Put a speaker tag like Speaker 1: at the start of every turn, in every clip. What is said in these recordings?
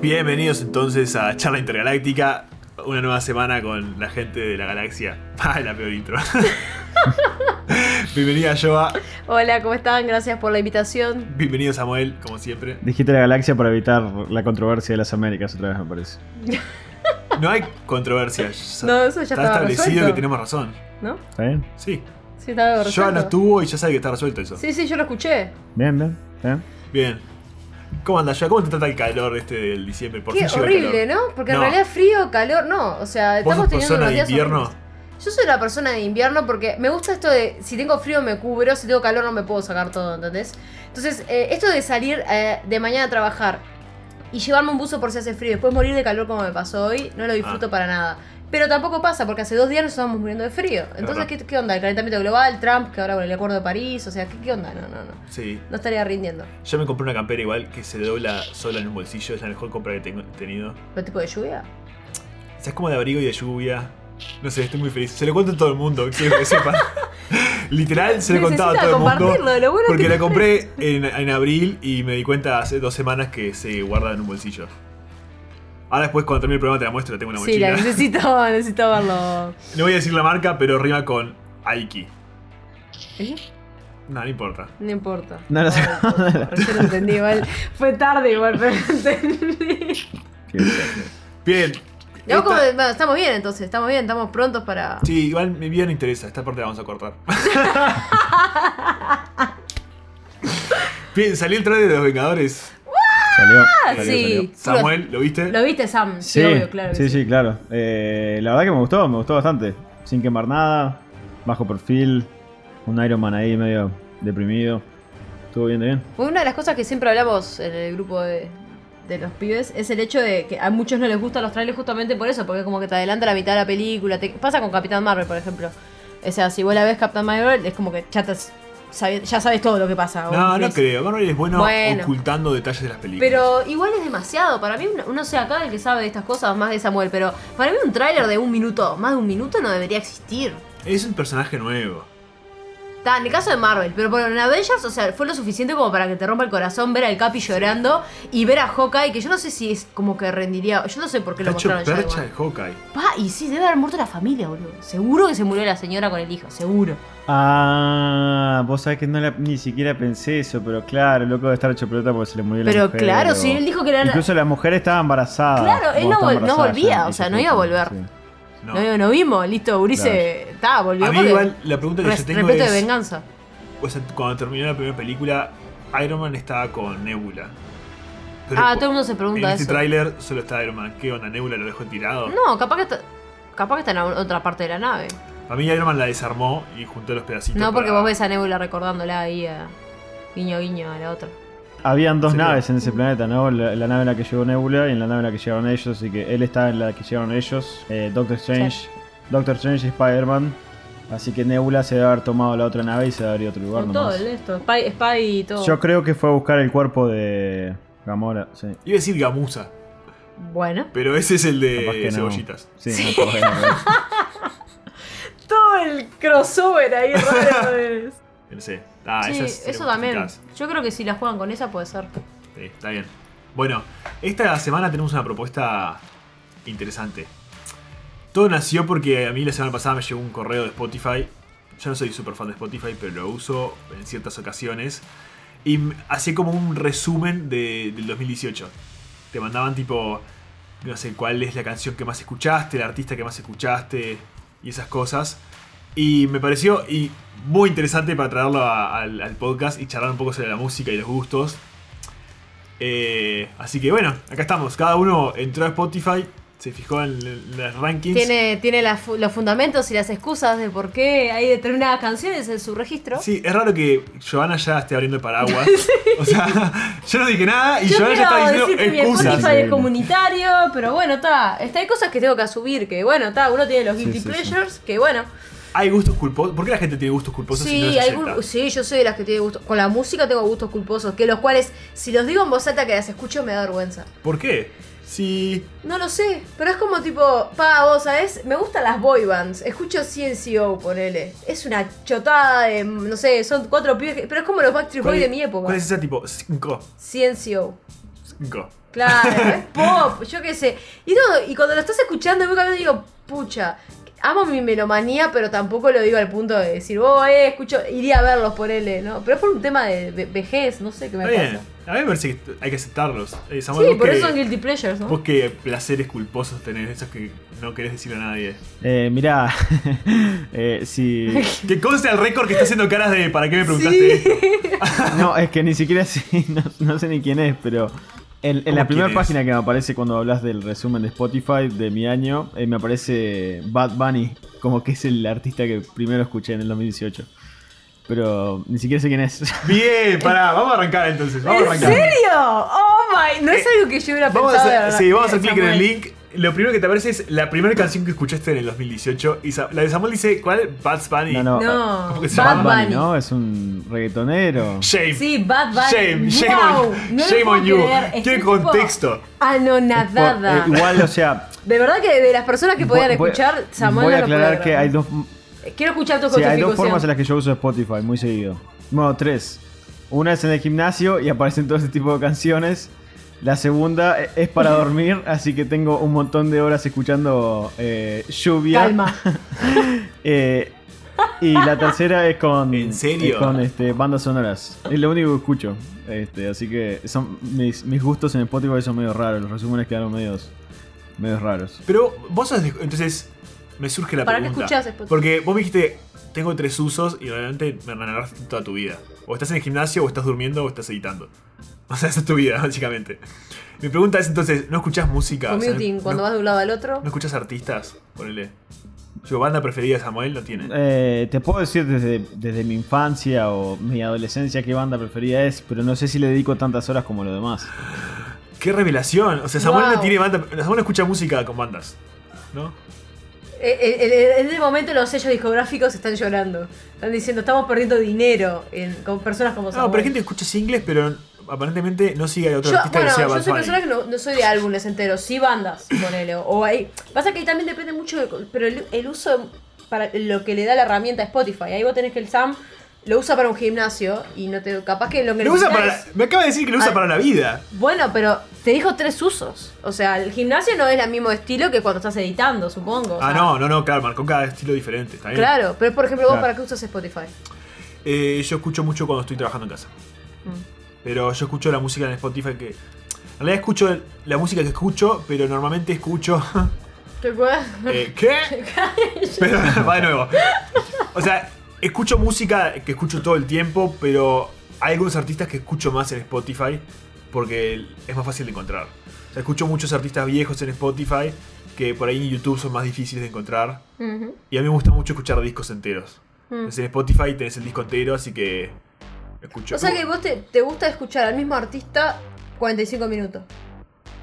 Speaker 1: Bienvenidos entonces a Charla Intergaláctica, una nueva semana con la gente de la galaxia. Ah, la peor intro. Bienvenida Joa,
Speaker 2: Hola, ¿cómo están? Gracias por la invitación.
Speaker 1: bienvenido Samuel, como siempre.
Speaker 3: Dijiste la galaxia para evitar la controversia de las Américas otra vez, me parece.
Speaker 1: No hay controversia. Sa-
Speaker 2: No, eso
Speaker 1: Está
Speaker 2: ya estaba
Speaker 1: establecido
Speaker 2: resuelto.
Speaker 1: que tenemos razón.
Speaker 2: ¿No?
Speaker 3: ¿Está bien?
Speaker 1: Sí.
Speaker 2: Sí, estaba resuelto.
Speaker 1: Joa no estuvo y ya sabe que está resuelto eso.
Speaker 2: Sí, sí, yo lo escuché.
Speaker 3: Bien, bien. ¿Está bien?
Speaker 1: Bien. ¿Cómo anda Joa? ¿Cómo te trata el calor este del diciembre? Por
Speaker 2: Qué
Speaker 1: fin llegó el
Speaker 2: horrible,
Speaker 1: calor.
Speaker 2: ¿no? Porque
Speaker 1: No.
Speaker 2: en realidad frío, calor, no. O sea,
Speaker 1: ¿Vos
Speaker 2: estamos
Speaker 1: sos
Speaker 2: teniendo
Speaker 1: persona
Speaker 2: unos
Speaker 1: de
Speaker 2: días
Speaker 1: invierno?
Speaker 2: horribles. Yo soy una persona de invierno porque me gusta esto de si tengo frío me cubro, si tengo calor no me puedo sacar todo, ¿entendés? Entonces, eh, esto de salir eh, de mañana a trabajar y llevarme un buzo por si hace frío, después morir de calor como me pasó hoy, no lo disfruto
Speaker 1: Ah.
Speaker 2: para nada. Pero tampoco pasa porque hace dos días nos estábamos muriendo de frío. Entonces,
Speaker 1: verdad.
Speaker 2: ¿qué, qué onda? El calentamiento global, Trump, que ahora con el acuerdo de París, o sea, ¿qué, qué onda? No, no, no.
Speaker 1: Sí.
Speaker 2: No estaría rindiendo.
Speaker 1: Yo me compré una campera igual que se dobla sola en un bolsillo, es la mejor compra que tengo tenido.
Speaker 2: ¿Pero tipo de lluvia?
Speaker 1: O sea, es como de abrigo y de lluvia. No sé, estoy muy feliz. Se lo cuento a todo el mundo, quiero que sepan. Literal, se lo he contado a
Speaker 2: Necesita
Speaker 1: todo el
Speaker 2: compartirlo,
Speaker 1: mundo.
Speaker 2: de lo bueno
Speaker 1: Porque
Speaker 2: que
Speaker 1: la compré en, en abril y me di cuenta hace dos semanas que se guarda en un bolsillo. Ahora después cuando termine el programa te la muestro, tengo una
Speaker 2: Sí, la
Speaker 1: mochila.
Speaker 2: necesito, necesito verlo.
Speaker 1: no voy a decir la marca, pero rima con Aiki.
Speaker 2: ¿Eh?
Speaker 1: No, no importa.
Speaker 2: No importa.
Speaker 3: No lo sé.
Speaker 2: No, no importa. Yo lo entendí igual. Fue tarde igual, pero entendí.
Speaker 3: Qué bien.
Speaker 1: Bien.
Speaker 2: No,
Speaker 1: Esta-
Speaker 2: como- bueno, estamos bien entonces, estamos bien, estamos prontos para.
Speaker 1: Sí, igual mi vida no interesa, esta parte la vamos a cortar. Bien, salió el trailer de los Vengadores.
Speaker 3: Salió.
Speaker 2: Ah,
Speaker 3: salió,
Speaker 2: sí. Puro-
Speaker 1: Samuel, ¿lo viste?
Speaker 2: Lo viste, Sam. Sí,
Speaker 3: salió. Sí,
Speaker 2: obvio, claro. que
Speaker 3: sí, sí, claro. Eh, la verdad que me gustó, me gustó bastante. Sin quemar nada, bajo perfil, un Iron Man ahí medio deprimido. Estuvo bien, de bien.
Speaker 2: Fue una de las cosas que siempre hablamos en el grupo de, de los pibes es el hecho de que a muchos no les gustan los trailers justamente por eso, porque como que te adelanta la mitad de la película. Te, pasa con Capitán Marvel, por ejemplo. O sea, si vos la ves Capitán Marvel, es como que ya, te sabi- ya sabes todo lo que pasa.
Speaker 1: No,
Speaker 2: O-
Speaker 1: no
Speaker 2: es-
Speaker 1: creo. Marvel es bueno,
Speaker 2: Bueno.
Speaker 1: ocultando detalles de las películas.
Speaker 2: Pero igual es demasiado. Para mí, un- no sé acá el que sabe de estas cosas, más de Samuel, pero para mí un tráiler de un minuto, más de un minuto, no debería existir.
Speaker 1: Es un personaje nuevo.
Speaker 2: Está, en el caso de Marvel, pero por en Avengers, o sea, fue lo suficiente como para que te rompa el corazón ver al Capi llorando y ver a Hawkeye, que yo no sé si es como que rendiría. Yo no sé por qué
Speaker 1: Está
Speaker 2: lo
Speaker 1: hecho
Speaker 2: mostraron ya.
Speaker 1: percha
Speaker 2: igual.
Speaker 1: de Hawkeye.
Speaker 2: Pa, y sí, debe haber muerto la familia, boludo. Seguro que se murió la señora con el hijo, seguro.
Speaker 3: Ah, vos sabés que no la- ni siquiera pensé eso, pero claro, el loco de estar hecho pelota porque se le murió la
Speaker 2: Pero
Speaker 3: mujer,
Speaker 2: claro,
Speaker 3: o-
Speaker 2: si él dijo que era.
Speaker 3: Incluso la mujer estaba embarazada.
Speaker 2: Claro, él
Speaker 3: O
Speaker 2: no
Speaker 3: estaba
Speaker 2: vol- no
Speaker 3: embarazada
Speaker 2: volvía,
Speaker 3: ya,
Speaker 2: o
Speaker 3: y
Speaker 2: sea,
Speaker 3: se
Speaker 2: no
Speaker 3: fue
Speaker 2: iba a
Speaker 3: con-
Speaker 2: volver.
Speaker 3: sí.
Speaker 1: No.
Speaker 2: No, no vimos, listo, Urice. Está, volvió
Speaker 1: a mí
Speaker 2: porque-
Speaker 1: igual la pregunta que
Speaker 2: Res-
Speaker 1: yo tengo
Speaker 2: respeto
Speaker 1: es...
Speaker 2: de venganza.
Speaker 1: O sea, cuando terminó la primera película, Iron Man estaba con Nebula. Pero
Speaker 2: Ah,
Speaker 1: po-
Speaker 2: todo el mundo se
Speaker 1: En
Speaker 2: pregunta
Speaker 1: este
Speaker 2: eso.
Speaker 1: tráiler solo está Iron Man. ¿Qué onda? ¿Nebula lo dejó tirado?
Speaker 2: No, capaz que está, capaz que está en la- otra parte de la nave.
Speaker 1: A mí Iron Man la desarmó y juntó los pedacitos.
Speaker 2: No, porque
Speaker 1: para-
Speaker 2: vos ves a Nebula recordándola ahí a guiño guiño a la otra.
Speaker 3: Habían dos
Speaker 1: Sí, claro.
Speaker 3: naves en ese planeta, ¿no? La, la nave en la que llegó Nebula y en la nave en la que llegaron ellos. Así que él estaba en la que llegaron ellos. eh, Doctor Strange. Doctor Strange y Spider-Man. Así que Nebula se debe haber tomado la otra nave y se debe haber ido a otro lugar
Speaker 2: Con todo
Speaker 3: nomás.
Speaker 2: el esto, Spy, Spy y todo.
Speaker 3: Yo creo que fue a buscar el cuerpo de Gamora, sí.
Speaker 1: Iba a decir Gamusa,
Speaker 2: Bueno.
Speaker 1: pero ese es el
Speaker 3: Capaz que
Speaker 1: de
Speaker 3: no.
Speaker 1: Eh, cebollitas.
Speaker 3: Sí, no, capaz que no.
Speaker 2: Todo el crossover ahí raro
Speaker 1: No sé. Ah,
Speaker 2: Sí,
Speaker 1: esas
Speaker 2: eso
Speaker 1: eran
Speaker 2: también.
Speaker 1: justificadas.
Speaker 2: Yo creo que si la juegan con esa puede ser.
Speaker 1: Sí, está bien. Bueno, esta semana tenemos una propuesta interesante. Todo nació porque a mí la semana pasada me llegó un correo de Spotify. Yo no soy súper fan de Spotify, pero lo uso en ciertas ocasiones. Y m- hacía como un resumen de- del 2018. Te mandaban tipo, no sé, cuál es la canción que más escuchaste, el artista que más escuchaste y esas cosas. Y me pareció y muy interesante para traerlo a- al, al podcast y charlar un poco sobre la música y los gustos. Eh, así que bueno, acá estamos. Cada uno entró a Spotify, se fijó en l- los rankings.
Speaker 2: Tiene, tiene las fu- los fundamentos y las excusas de por qué hay determinadas canciones en su registro.
Speaker 1: Sí, es raro que Giovanna ya esté abriendo el paraguas. O sea, yo no dije nada y Giovanna ya
Speaker 2: quiero
Speaker 1: estaba diciendo
Speaker 2: decir que mi
Speaker 1: excusas.
Speaker 2: Spotify es
Speaker 3: Increíble.
Speaker 2: comunitario, pero bueno, está. Está, hay cosas que tengo que subir, que bueno, está, uno tiene los
Speaker 3: Sí,
Speaker 2: guilty
Speaker 3: sí, sí.
Speaker 2: pleasures, que bueno.
Speaker 1: Hay gustos culposos. ¿Por qué la gente tiene gustos culposos si no
Speaker 2: Sí,
Speaker 1: los
Speaker 2: hay
Speaker 1: acepta?
Speaker 2: gu- sí, yo soy de las que tiene gustos. Con la música tengo gustos culposos, que los cuales, si los digo en voz alta que las escucho, me da vergüenza.
Speaker 1: ¿Por qué? Si.
Speaker 2: No lo sé, pero es como tipo, pa, vos sabés, me gustan las boy bands, escucho CNCO, ponele. Es una chotada de, no sé, son cuatro pibes, que- pero es como los Backstreet Boys de mi época.
Speaker 1: ¿Cuál es esa tipo? 5.
Speaker 2: CNCO.
Speaker 1: Go.
Speaker 2: Claro, es pop, yo qué sé. Y no, y cuando lo estás escuchando, yo también digo, pucha, amo mi melomanía, pero tampoco lo digo al punto de decir, oh, eh, escucho, iría a verlos por él, ¿no? Pero es por un tema de ve- vejez, no sé qué me
Speaker 1: Está bien.
Speaker 2: pasa.
Speaker 1: A mí me parece que hay que aceptarlos. Eh,
Speaker 2: Sí,
Speaker 1: Samuel, vos
Speaker 2: por
Speaker 1: qué-
Speaker 2: eso son guilty pleasures, ¿no?
Speaker 1: Vos qué placeres culposos tenés, esos que no querés decirle a nadie.
Speaker 3: Eh, mirá, eh, si...
Speaker 1: Que conste al récord que está haciendo caras de ¿para qué me preguntaste
Speaker 2: Sí.
Speaker 1: esto?
Speaker 3: No, es que ni siquiera sé, no, no sé ni quién es, pero... En, en
Speaker 1: ¿Cómo
Speaker 3: la primera
Speaker 1: quién es?
Speaker 3: página que me aparece cuando hablas del resumen de Spotify de mi año, eh, me aparece Bad Bunny, como que es el artista que primero escuché en el 2018. Pero ni siquiera sé quién es.
Speaker 1: Bien, pará, vamos a arrancar entonces. Vamos a
Speaker 2: ¿En
Speaker 1: arrancar. Eh,
Speaker 2: serio? Oh my, no es algo que yo hubiera
Speaker 1: Vamos a
Speaker 2: pensado. de
Speaker 1: hacer,
Speaker 2: verdad,
Speaker 1: sí, vamos a hacer
Speaker 2: Samuel.
Speaker 1: clic en el link. Lo primero que te aparece es la primera canción que escuchaste en el 2018. Y Sa- la de Samuel dice, ¿cuál? Bad Bunny.
Speaker 3: No, no.
Speaker 2: No,
Speaker 1: ¿Cómo que se
Speaker 2: Bad
Speaker 1: llama?
Speaker 2: Bunny.
Speaker 3: ¿no? Es un reggaetonero.
Speaker 1: Shame.
Speaker 2: Sí, Bad Bunny.
Speaker 1: Shame, shame
Speaker 2: Wow,
Speaker 1: on,
Speaker 2: no lo
Speaker 1: shame
Speaker 2: puedo
Speaker 1: on you.
Speaker 2: creer, estoy
Speaker 1: Qué
Speaker 2: tipo
Speaker 1: contexto.
Speaker 2: Anonadada.
Speaker 3: Por- eh, igual, o sea...
Speaker 2: De verdad que de las personas que podían
Speaker 3: voy- voy-
Speaker 2: escuchar, Samuel
Speaker 3: Voy a
Speaker 2: no lo puede
Speaker 3: aclarar que
Speaker 2: creer.
Speaker 3: hay dos
Speaker 2: Quiero escuchar tu
Speaker 3: Sí, hay dos
Speaker 2: justificación.
Speaker 3: formas en las que yo uso Spotify, muy seguido. Bueno, tres. Una es en el gimnasio y aparecen todo ese tipo de canciones. La segunda e- es para dormir, así que tengo un montón de horas escuchando eh, lluvia.
Speaker 2: Calma.
Speaker 3: Eh, y la tercera es con,
Speaker 1: ¿En serio?
Speaker 3: es con este, bandas sonoras. Es lo único que escucho. Este, así que son mis, mis gustos en Spotify son medio raros. Los resúmenes quedaron medios, medios raros.
Speaker 1: Pero vos sos de- Entonces, me surge la
Speaker 2: ¿Para qué
Speaker 1: pregunta.
Speaker 2: escuchás Spotify?
Speaker 1: Porque vos me dijiste, tengo tres usos y realmente me narraste toda tu vida. O estás en el gimnasio, o estás durmiendo, o estás editando. O sea, esa es tu vida, básicamente. Mi pregunta es entonces, ¿no escuchás música? O sea,
Speaker 2: Commuting,
Speaker 1: no-
Speaker 2: cuando vas de un lado al otro.
Speaker 1: ¿No escuchas artistas? Ponele. Yo, banda preferida de Samuel no tiene.
Speaker 3: Eh, te puedo decir desde, desde mi infancia o mi adolescencia qué banda preferida es, pero no sé si le dedico tantas horas como los demás.
Speaker 1: ¡Qué revelación! O sea, Samuel no
Speaker 2: Wow.
Speaker 1: tiene banda. Samuel no escucha música con bandas. ¿No?
Speaker 2: Eh, eh, eh, En el momento los sellos discográficos están llorando. Están diciendo, estamos perdiendo dinero en- con personas como Samuel.
Speaker 1: No, pero hay gente que escucha singles, pero aparentemente no sigue a otro
Speaker 2: yo,
Speaker 1: artista
Speaker 2: bueno,
Speaker 1: que sea
Speaker 2: yo
Speaker 1: Bad
Speaker 2: soy
Speaker 1: Bunny.
Speaker 2: persona que no, no soy de álbumes enteros, sí bandas, ponele. O ahí. Pasa que ahí también depende mucho, de- pero el, el uso para lo que le da la herramienta Spotify. Ahí vos tenés que el Sam lo usa para un gimnasio y no te. capaz que lo que
Speaker 1: Lo usa
Speaker 2: necesitas
Speaker 1: para
Speaker 2: es-
Speaker 1: la- me acaba de decir que lo usa
Speaker 2: Ah.
Speaker 1: para la vida.
Speaker 2: Bueno, pero te dijo tres usos. O sea, el gimnasio no es el mismo estilo que cuando estás editando, supongo. o
Speaker 1: Ah,
Speaker 2: sea,
Speaker 1: no, no, no, claro, marcó cada estilo diferente, ¿está bien?
Speaker 2: Claro, pero por ejemplo, vos
Speaker 3: Claro.
Speaker 2: para qué usas Spotify.
Speaker 1: Eh, yo escucho mucho cuando estoy trabajando en casa.
Speaker 2: Mm.
Speaker 1: Pero yo escucho la música en Spotify que. En realidad escucho la música que escucho, pero normalmente escucho.
Speaker 2: ¿Te acuerdas?
Speaker 1: eh, ¿Qué? pero va de nuevo. O sea, escucho música que escucho todo el tiempo, pero hay algunos artistas que escucho más en Spotify porque es más fácil de encontrar. O sea, escucho muchos artistas viejos en Spotify que por ahí en YouTube son más difíciles de encontrar.
Speaker 2: Ujú.
Speaker 1: Y a mí me gusta mucho escuchar discos enteros.
Speaker 2: Mm.
Speaker 1: Entonces en Spotify tenés el disco entero, así que escucho.
Speaker 2: O sea que vos te, te gusta escuchar al mismo artista 45 minutos.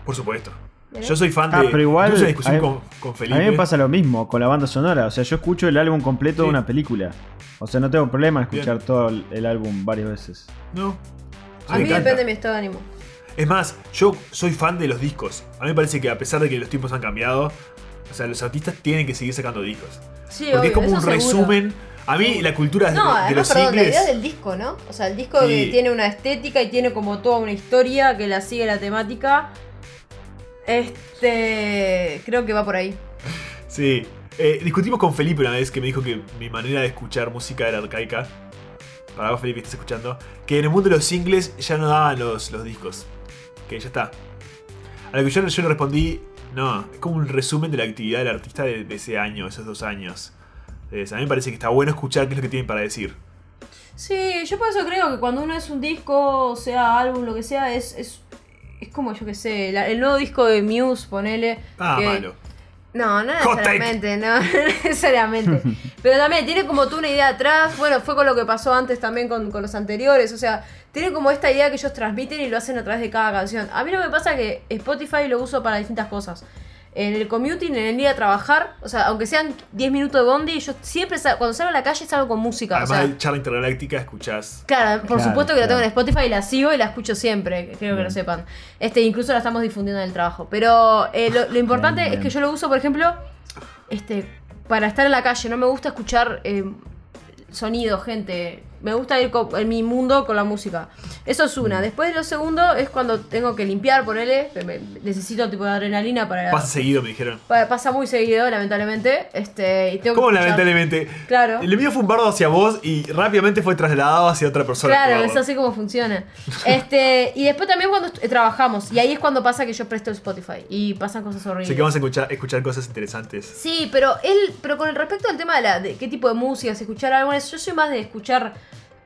Speaker 1: Por supuesto.
Speaker 2: ¿Eh?
Speaker 1: Yo soy fan
Speaker 3: Ah,
Speaker 1: de.
Speaker 3: pero igual,
Speaker 1: Tuve una discusión
Speaker 3: a mí-
Speaker 1: con, con Felipe.
Speaker 3: A mí me pasa lo mismo con la banda sonora, o sea, yo escucho el álbum
Speaker 1: Sí.
Speaker 3: completo de una película. O sea, no tengo problema en escuchar
Speaker 1: Bien.
Speaker 3: todo el, el álbum varias veces.
Speaker 1: No.
Speaker 2: A mí depende de mi estado de ánimo.
Speaker 1: Es más, yo soy fan de los discos. A mí me parece que a pesar de que los tiempos han cambiado, o sea, los artistas tienen que seguir sacando discos.
Speaker 2: Sí,
Speaker 1: Porque
Speaker 2: obvio,
Speaker 1: es como
Speaker 2: eso
Speaker 1: un
Speaker 2: seguro.
Speaker 1: resumen. A mí la cultura de-
Speaker 2: No,
Speaker 1: de,
Speaker 2: además,
Speaker 1: los
Speaker 2: perdón, la
Speaker 1: singles.
Speaker 2: idea del disco, ¿no? O sea, el disco
Speaker 1: Sí.
Speaker 2: que tiene una estética y tiene como toda una historia que la sigue la temática. Este. Creo que va por ahí.
Speaker 1: Sí. Eh, discutimos con Felipe una vez que me dijo que mi manera de escuchar música era arcaica. Para vos, Felipe, que estás escuchando. Que en el mundo de los singles ya no daban los, los discos. Que ya está. A lo que yo, yo le respondí, no, es como un resumen de la actividad del artista de, de ese año, esos dos años. Entonces, a mí me parece que está bueno escuchar qué es lo que tienen para decir.
Speaker 2: Sí, yo por eso creo que cuando uno es un disco, o sea álbum, lo que sea, es, es, es como yo que sé, la- el nuevo disco de Muse, ponele.
Speaker 1: Ah,
Speaker 2: que-
Speaker 1: malo.
Speaker 2: No, no
Speaker 1: Hot take.
Speaker 2: necesariamente, no, no necesariamente. Pero también tiene como tú una idea atrás, bueno, fue con lo que pasó antes también con, con los anteriores, o sea, tiene como esta idea que ellos transmiten y lo hacen a través de cada canción. A mí no me pasa que Spotify lo uso para distintas cosas. En el commuting, en el ir a trabajar, o sea, aunque sean 10 minutos de bondi, yo siempre sa- cuando salgo a la calle salgo con música.
Speaker 1: Además
Speaker 2: o sea,
Speaker 1: de charla intergaláctica, escuchás.
Speaker 2: Claro, por
Speaker 3: Claro,
Speaker 2: supuesto que la tengo en
Speaker 3: claro. Mm.
Speaker 2: Spotify y la sigo y la escucho siempre, creo que lo
Speaker 3: Bien.
Speaker 2: sepan. Este, incluso la estamos difundiendo en el trabajo. Pero eh, lo, lo importante
Speaker 3: Bien,
Speaker 2: es
Speaker 3: bien.
Speaker 2: que yo lo uso, por ejemplo, este, para estar en la calle. No me gusta escuchar eh, sonido, gente, me gusta ir co- en mi mundo con la música. Eso es
Speaker 3: Mm.
Speaker 2: una. Después lo segundo es cuando tengo que limpiar, ponele. me- me- necesito tipo de adrenalina para.
Speaker 1: Pasa seguido, me dijeron.
Speaker 2: pa- pasa muy seguido, lamentablemente. Este, y tengo que
Speaker 1: ¿Cómo
Speaker 2: escuchar-
Speaker 1: lamentablemente?
Speaker 2: Claro.
Speaker 1: El mío fue un bardo hacia vos y rápidamente fue trasladado hacia otra persona. tu
Speaker 2: Claro,
Speaker 1: bardo.
Speaker 2: es así como funciona. Este, y después también cuando est- trabajamos. Y ahí es cuando pasa que yo presto el Spotify. Y pasan cosas horribles.
Speaker 1: Así que vamos a escuchar, escuchar cosas interesantes.
Speaker 2: Sí, pero él, pero con el respecto al tema de, la, de qué tipo de música, si escuchar álbumes, yo soy más de escuchar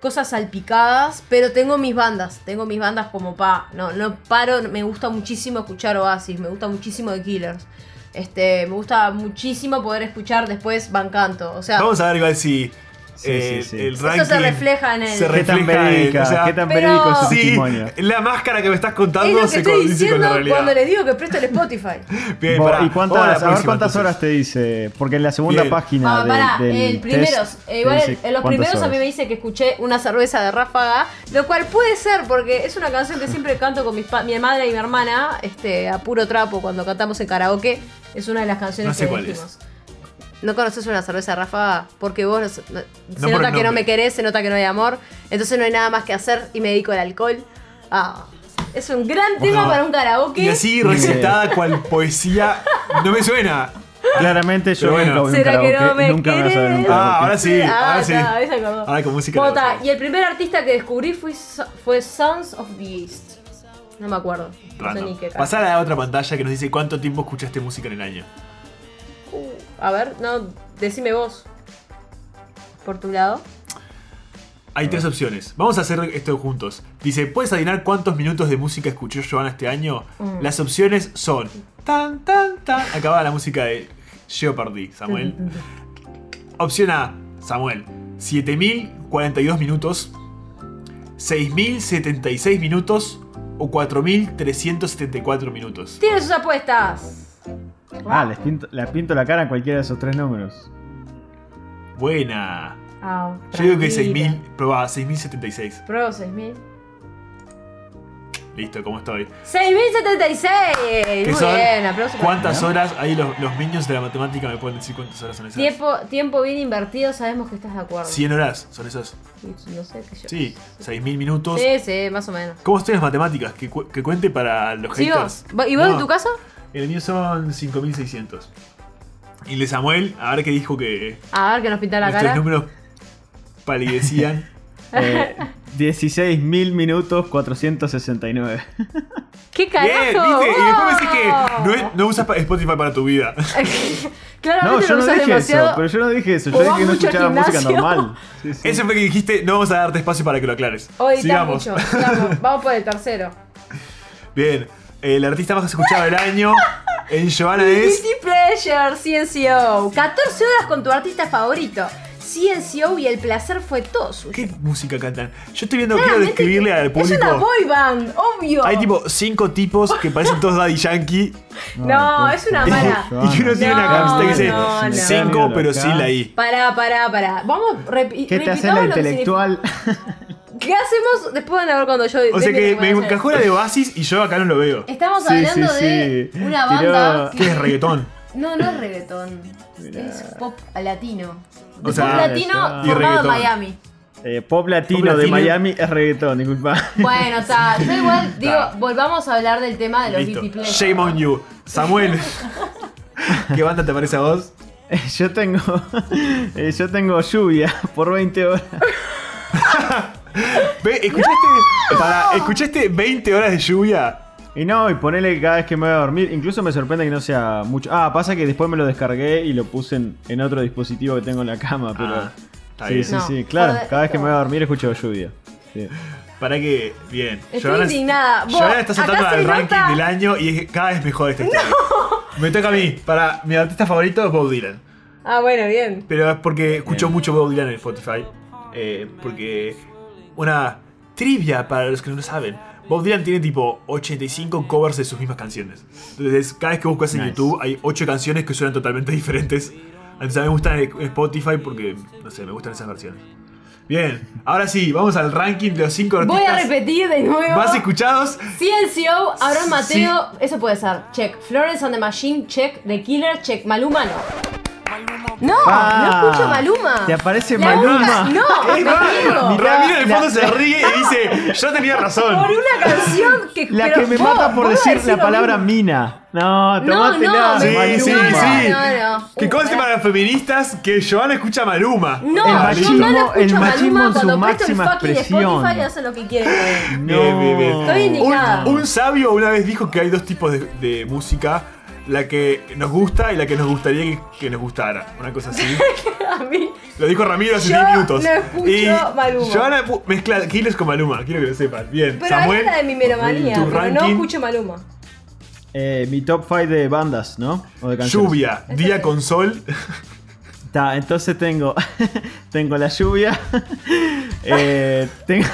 Speaker 2: cosas salpicadas, pero tengo mis bandas, tengo mis bandas como pa, no, no paro, me gusta muchísimo escuchar Oasis, me gusta muchísimo The Killers, este, me gusta muchísimo poder escuchar después Van Canto, o sea,
Speaker 1: Vamos a ver igual si
Speaker 3: Sí,
Speaker 1: eh,
Speaker 3: sí, sí.
Speaker 1: el
Speaker 2: Eso
Speaker 1: ranking
Speaker 2: se refleja en el-
Speaker 1: se
Speaker 3: ¿Qué tan
Speaker 1: refleja en-
Speaker 3: verídica?
Speaker 1: o sea,
Speaker 3: ¿Qué tan
Speaker 2: pero-
Speaker 3: verídico es su
Speaker 2: tan
Speaker 1: Sí, Eh,
Speaker 3: testimonio?
Speaker 1: la máscara que me estás
Speaker 2: es
Speaker 1: contando
Speaker 2: lo que
Speaker 1: se
Speaker 2: estoy
Speaker 1: condice con
Speaker 2: diciendo
Speaker 1: la realidad.
Speaker 2: cuando les digo que presto el Spotify.
Speaker 1: Bien,
Speaker 3: Bo-
Speaker 1: pará.
Speaker 3: ¿Y
Speaker 1: Vamos
Speaker 3: cuántas, a
Speaker 1: la
Speaker 3: ver
Speaker 1: próxima,
Speaker 3: cuántas
Speaker 1: entonces.
Speaker 3: horas te dice? Porque en la segunda
Speaker 1: Bien.
Speaker 3: página.
Speaker 2: Ah,
Speaker 3: de-
Speaker 2: pará,
Speaker 3: del
Speaker 2: el primeros,
Speaker 3: test
Speaker 2: eh, igual
Speaker 3: te
Speaker 2: en-
Speaker 3: dice
Speaker 2: en los
Speaker 3: cuántas
Speaker 2: primeros a mí
Speaker 3: horas.
Speaker 2: me dice que escuché una cerveza de ráfaga, lo cual puede ser porque es una canción que siempre canto con mis pa- mi madre y mi hermana, este, a puro trapo cuando cantamos en karaoke, es una de las canciones
Speaker 1: No sé
Speaker 2: que
Speaker 1: cuál es.
Speaker 2: dijimos. No conoces una cerveza de ráfaga porque vos no- no-
Speaker 1: por
Speaker 2: se
Speaker 1: el
Speaker 2: nota que
Speaker 1: nombre.
Speaker 2: no me querés, se nota que no hay amor, entonces no hay nada más que hacer y me dedico al alcohol. Ah, es un gran tema
Speaker 1: Bueno,
Speaker 2: para un karaoke.
Speaker 1: Y así recitada cual poesía. No me suena.
Speaker 3: Claramente yo
Speaker 1: Pero bueno.
Speaker 3: nunca voy a un
Speaker 2: ¿Será que
Speaker 3: karaoke,
Speaker 2: no me
Speaker 3: nunca voy a saber
Speaker 2: querés?
Speaker 3: un
Speaker 2: Ah,
Speaker 3: karaoke.
Speaker 1: Ah, ahora sí,
Speaker 2: Ah,
Speaker 1: ahora sí.
Speaker 2: está, ahí se acordó.
Speaker 1: Ahora con música.
Speaker 2: Bota,
Speaker 1: la
Speaker 2: y el primer artista que descubrí fue, fue Sons of the East. No me acuerdo. No sé
Speaker 1: Random.
Speaker 2: ni qué cara.
Speaker 1: Pasar a la otra pantalla que nos dice cuánto tiempo escuchaste música en el año.
Speaker 2: Uh, a ver, no, decime vos. Por tu lado.
Speaker 1: Hay tres opciones. Vamos a hacer esto juntos. Dice, ¿puedes adivinar cuántos minutos de música escuchó Giovanna este año?
Speaker 2: Mm.
Speaker 1: Las opciones son... Tan, tan, tan. Acababa la música de Jeopardy, Samuel.
Speaker 2: Mm.
Speaker 1: Opción A, Samuel. 7.042 minutos. 6.076 minutos. O 4.374 minutos.
Speaker 2: Tiene sus apuestas.
Speaker 3: Ah, les pinto, les pinto la cara a cualquiera de esos tres números.
Speaker 1: Buena.
Speaker 2: Ah,
Speaker 1: Yo digo que
Speaker 2: tranquila.
Speaker 1: 6.000... Probá, 6.076.
Speaker 2: Pruebo 6000.
Speaker 1: Listo, ¿cómo estoy?
Speaker 2: 6076.
Speaker 1: ¿Qué
Speaker 2: Muy
Speaker 1: son?
Speaker 2: bien, aplauso. para-
Speaker 1: ¿Cuántas horas? Ahí los, los niños de la matemática me pueden decir cuántas horas son esas.
Speaker 2: Tiempo, tiempo bien invertido, sabemos que estás de acuerdo.
Speaker 1: 100 horas son esas.
Speaker 2: No sé qué yo.
Speaker 1: Sí, 6.000 minutos.
Speaker 2: Sí, sí, más o menos.
Speaker 1: ¿Cómo estoy en las matemáticas? Que, cu- que cuente para los
Speaker 2: ¿Sí
Speaker 1: haters.
Speaker 2: vos? ¿Y vos
Speaker 1: No,
Speaker 2: en tu caso?
Speaker 1: El mío son 5.600. Y el de Samuel, ahora que dijo que
Speaker 2: A ver que nos pinta la
Speaker 1: nuestros
Speaker 2: cara.
Speaker 1: números palidecían.
Speaker 3: Eh, 16.000 minutos 469.
Speaker 2: ¡Qué
Speaker 1: Bien, ¿viste?
Speaker 2: carajo!
Speaker 1: Y después me decís que
Speaker 2: ¡Wow!
Speaker 1: no, es- no usas pa- Spotify para tu vida.
Speaker 2: Claramente
Speaker 3: No,
Speaker 2: lo
Speaker 3: yo no
Speaker 2: usas
Speaker 3: dije
Speaker 2: demasiado.
Speaker 3: eso, pero yo no dije eso. Yo
Speaker 2: O
Speaker 3: dije
Speaker 2: vas
Speaker 3: que no
Speaker 2: mucho al
Speaker 3: escuchaba música
Speaker 2: gimnasio.
Speaker 3: normal. Sí, sí.
Speaker 1: Eso fue que dijiste, no vamos a darte espacio para que lo aclares.
Speaker 2: O editar
Speaker 1: Sigamos.
Speaker 2: mucho. Vamos, vamos por el tercero.
Speaker 1: Bien, el artista más escuchado del año en Giovanna es...
Speaker 2: Guilty Pleasure, CNCO. 14 horas con tu artista favorito. CNCO y el placer fue todo suyo.
Speaker 1: ¿Qué música cantan? Yo estoy viendo, quiero
Speaker 2: Claramente
Speaker 1: describirle al
Speaker 2: Ah, este Es una
Speaker 1: público.
Speaker 2: boy band, obvio.
Speaker 1: Hay tipo cinco tipos que parecen todos Daddy Yankee
Speaker 2: No, es una mala.
Speaker 1: y que uno tiene una
Speaker 2: No,
Speaker 1: camiseta que dice
Speaker 2: no, no.
Speaker 1: cinco pero sin la I.
Speaker 2: Pará, pará, pará. Vamos, repi
Speaker 3: ¿Qué te hace
Speaker 2: repitamos
Speaker 3: la
Speaker 2: lo que
Speaker 3: intelectual?
Speaker 2: significa- ¿Qué hacemos? Después van a ver cuando yo.
Speaker 1: O
Speaker 2: dé
Speaker 1: sea
Speaker 2: mi
Speaker 1: que me
Speaker 2: recomendación.
Speaker 1: encajó la de Oasis y yo acá no lo veo.
Speaker 2: Estamos
Speaker 3: Sí,
Speaker 2: hablando
Speaker 3: sí,
Speaker 2: de
Speaker 3: sí.
Speaker 2: una
Speaker 3: Tiró-
Speaker 2: banda.
Speaker 1: ¿Qué es reggaetón?
Speaker 2: No, no es reggaetón.
Speaker 3: Mirá.
Speaker 2: Es pop latino.
Speaker 1: O
Speaker 2: pop
Speaker 1: sea,
Speaker 2: latino formado
Speaker 3: y
Speaker 2: en
Speaker 1: reggaetón.
Speaker 2: Miami.
Speaker 3: Eh, pop, latino
Speaker 1: Pop
Speaker 3: de
Speaker 1: latino.
Speaker 3: Miami es reggaetón, disculpa.
Speaker 2: Bueno, está. Yo igual digo,
Speaker 1: Ta.
Speaker 2: volvamos a hablar del tema de los
Speaker 1: Listo.
Speaker 2: guilty pleasures.
Speaker 1: Shame on you. Samuel. ¿Qué banda te parece a vos?
Speaker 3: Eh, Yo tengo. eh, Yo tengo lluvia por 20 horas.
Speaker 1: Ve, ¿Escuchaste, para, ¿Escuchaste 20 horas de lluvia?
Speaker 3: Y no, y ponele que cada vez que me voy a dormir. Incluso me sorprende que no sea mucho. Ah, pasa que después me lo descargué y lo puse en, en otro dispositivo que tengo en la cama, pero.
Speaker 1: Ah, está
Speaker 3: sí,
Speaker 1: bien.
Speaker 3: sí,
Speaker 2: No.
Speaker 3: sí, claro.
Speaker 2: Joder,
Speaker 3: cada vez que
Speaker 2: no.
Speaker 3: me voy a dormir escucho lluvia. Sí.
Speaker 1: Para que. Bien.
Speaker 2: Estoy
Speaker 1: Giovanna-
Speaker 2: indignada. Vos,
Speaker 1: Giovanna está saltando
Speaker 2: acá
Speaker 1: al
Speaker 2: se
Speaker 1: ranking
Speaker 2: nota-
Speaker 1: del año y es cada vez mejor este año. Me toca a mí. Para, mi artista favorito es Bob Dylan.
Speaker 2: Ah, bueno, bien.
Speaker 1: Pero es porque escucho mucho Bob Dylan en Spotify. Eh, porque una trivia para los que no lo saben. Bob Dylan tiene tipo 85 covers de sus mismas canciones. Entonces, cada vez que buscas en
Speaker 3: Nice.
Speaker 1: YouTube hay 8 canciones que suenan totalmente diferentes. Entonces, a mí me gustan en Spotify porque, no sé, me gustan esas versiones. Bien, ahora sí, vamos al ranking de los 5
Speaker 2: Voy a
Speaker 1: artistas
Speaker 2: repetir de nuevo.
Speaker 1: más escuchados.
Speaker 2: CNCO, Abraham
Speaker 1: Sí.
Speaker 2: Mateo, eso puede ser. Check. Florence and the Machine, check. The Killer, check. Maluma, no.
Speaker 4: Maluma
Speaker 2: No, no escucho Maluma.
Speaker 3: ¿Te aparece
Speaker 2: La única-
Speaker 3: Maluma?
Speaker 2: No,
Speaker 1: Es
Speaker 2: te
Speaker 1: raro.
Speaker 2: digo.
Speaker 1: Ramiro en el
Speaker 3: La-
Speaker 1: fondo se ríe y dice, yo tenía razón.
Speaker 2: Por una canción que.
Speaker 3: La
Speaker 2: pero
Speaker 3: que me
Speaker 2: vos-
Speaker 3: mata por
Speaker 2: vos vas a
Speaker 3: decir la
Speaker 2: lo
Speaker 3: palabra
Speaker 2: mismo.
Speaker 3: mina. No,
Speaker 2: No,
Speaker 3: tomate
Speaker 2: no,
Speaker 3: la
Speaker 1: Sí,
Speaker 2: me-
Speaker 3: Maluma.
Speaker 1: sí,
Speaker 2: no,
Speaker 1: sí.
Speaker 2: No, no.
Speaker 1: Que conste para las feministas que Joana escucha a Maluma.
Speaker 2: No,
Speaker 3: El
Speaker 2: yo
Speaker 3: machismo-
Speaker 2: no lo escucho
Speaker 3: el
Speaker 2: a
Speaker 3: machismo
Speaker 2: Maluma
Speaker 3: en su
Speaker 2: cuando presto el
Speaker 3: máxima
Speaker 2: fucking
Speaker 3: expresión.
Speaker 2: Spotify y hacen lo que quieren. con él.
Speaker 3: No.
Speaker 1: Bien, bien, bien.
Speaker 2: Estoy
Speaker 1: Un,
Speaker 2: indignada.
Speaker 1: un sabio una vez dijo que hay dos tipos de, de música, la que nos gusta y la que nos gustaría que, que nos gustara. Una cosa así.
Speaker 2: A mí.
Speaker 1: Lo dijo Ramiro hace
Speaker 2: Yo
Speaker 1: 10 minutos.
Speaker 2: no escucho
Speaker 1: y
Speaker 2: Maluma.
Speaker 1: Joana pu- mezcla kilos con Maluma, quiero que lo sepan. Bien,
Speaker 2: Pero ahí
Speaker 1: Samuel.
Speaker 2: es la de mi meromanía.
Speaker 1: tu
Speaker 2: Pero no
Speaker 1: ranking.
Speaker 2: escucho Maluma.
Speaker 3: Eh, mi top 5 de bandas, ¿no? O de canciones.
Speaker 1: Lluvia, día con sol.
Speaker 3: Ta, entonces tengo. tengo la lluvia. eh, tengo,